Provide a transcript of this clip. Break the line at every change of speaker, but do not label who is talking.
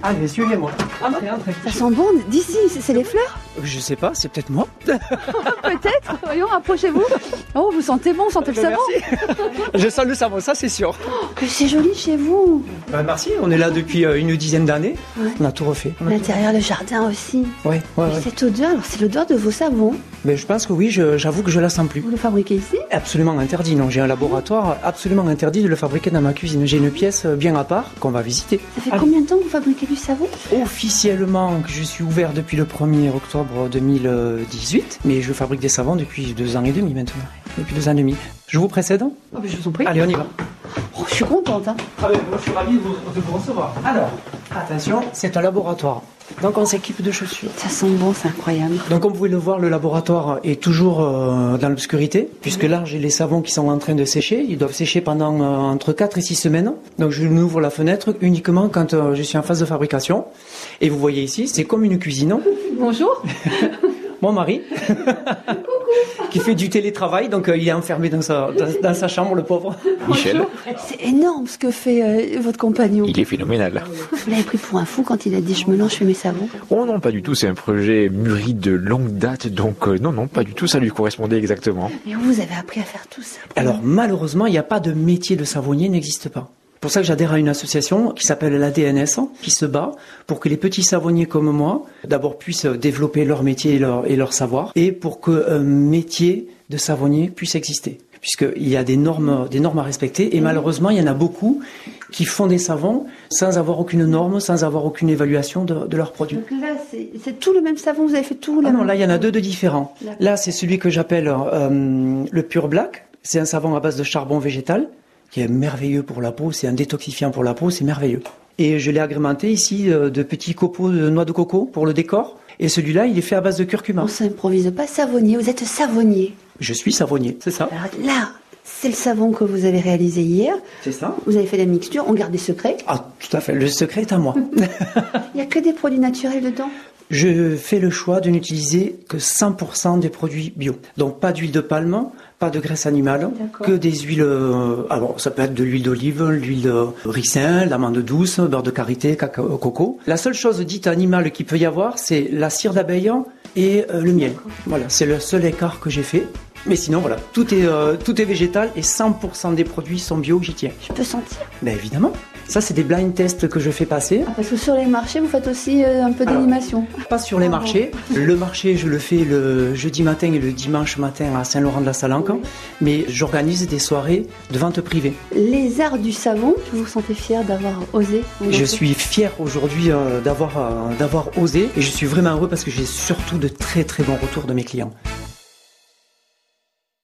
Allez, Ah, suivez-moi.
Ah, bah,
Entrez, entrez.
Ça sent bon d'ici, c'est c'est les fleurs
Euh, Je sais pas, c'est peut-être moi.
Peut-être Voyons, approchez-vous. Oh, vous sentez bon, vous sentez le
Euh,
savon
merci. Je sens le savon, ça c'est sûr.
Que c'est joli chez vous.
Bah, merci, on est là depuis euh, une dizaine d'années.
Ouais.
On a tout refait.
L'intérieur, le jardin aussi.
Ouais, ouais, ouais.
Et Cette odeur, alors c'est l'odeur de vos savons.
Mais je pense que oui, je- j'avoue que je la sens plus.
Vous le fabriquez ici
Absolument interdit, non. J'ai un laboratoire absolument interdit de le fabriquer dans ma cuisine. J'ai une pièce euh, bien à part qu'on va visiter.
Ça fait
Ah.
combien de temps que vous fabriquez du savon
Officiellement, que je suis ouvert depuis le 1er octobre 2018, mais je fabrique des savons depuis deux ans et demi maintenant. Depuis deux ans et demi. Ah, Je vous précède
Oh, mais Je vous en prie.
Allez, on y va.
Oh, je suis contente. hein.
je suis ravi de vous, recevoir. Alors, attention, c'est un laboratoire. Donc on s'équipe de chaussures.
Ça sent bon, c'est incroyable.
Donc comme vous pouvez le voir, le laboratoire est toujours euh, dans l'obscurité, puisque là j'ai les savons qui sont en train de sécher. Ils doivent sécher pendant euh, entre 4 et 6 semaines. Donc je n'ouvre la fenêtre uniquement quand euh, je suis en phase de fabrication. Et vous voyez ici, c'est comme une cuisine.
Bonjour.
Mon mari, qui fait du télétravail, donc euh, il est enfermé dans sa, dans- dans sa chambre, le pauvre.
Michel,
C'est énorme ce que fait euh, votre compagnon.
il est phénoménal.
Vous l'avez pris pour un fou quand il a dit je me lance, je fais mes savons.
Oh non, pas du tout, c'est un projet mûri de longue date, donc euh, non, non, pas du tout, ça lui correspondait exactement.
Mais où vous avez appris à faire tout ça
Alors malheureusement, il n'y a pas de métier de savonnier, il n'existe pas. Pour ça que j'adhère à une association qui s'appelle la DNS, hein, qui se bat pour que les petits savonniers comme moi, d'abord puissent euh, développer leur métier et leur, et leur savoir, et pour que un métier de savonnier puisse exister. Puisqu'il y a des normes, des normes à respecter, et malheureusement, il y en a beaucoup qui font des savons sans avoir aucune norme, sans avoir aucune évaluation de, de leurs produits.
Donc là, c'est c'est tout le même savon, vous avez fait tout le
Ah non,
même.
là, il y en a deux de différents.
D'accord.
Là, c'est celui que j'appelle euh, le Pure Black. C'est un savon à base de charbon végétal qui est merveilleux pour la peau. C'est un détoxifiant pour la peau. C'est merveilleux. Et je l'ai agrémenté ici euh, de petits copeaux de noix de coco pour le décor. Et celui-là, il est fait à base de curcuma.
On s'improvise pas savonnier, vous êtes savonnier.
Je suis savonnier, Oh, c'est ça
Alors là, c'est le savon que vous avez réalisé hier.
C'est ça
Vous avez fait la mixture, on garde des secrets.
Ah, tout à fait. Le secret est à moi.
Il n'y a que des produits naturels dedans.
Je fais le choix de n'utiliser que 100% des produits bio. Donc pas d'huile de palme, pas de graisse animale,
D'accord.
que des huiles. euh, alors ça peut être de l'huile d'olive, l'huile de ricin, l'amande douce, beurre de karité, cacao, coco. La seule chose dite animale qu'il peut y avoir, c'est la cire d'abeille et euh, le miel. Voilà, c'est le seul écart que j'ai fait. Mais sinon, voilà, tout est, euh, tout est végétal et 100% des produits sont bio, j'y tiens.
Je peux sentir.
Ben évidemment. Ça, c'est des blind tests que je fais passer.
Ah, parce que sur les marchés, vous faites aussi euh, un peu
Alors.
d'animation.
Pas sur les
Ah bon.
marchés. Le marché, je le fais le jeudi matin et le dimanche matin à Saint-Laurent-de-la-Salanque. Mais j'organise des soirées de vente privée.
Les arts du savon, vous vous sentez fier d'avoir osé vous
Je
lancer
suis fier aujourd'hui euh, d'avoir euh, d'avoir osé et je suis vraiment heureux parce que j'ai surtout de très très bons retours de mes clients.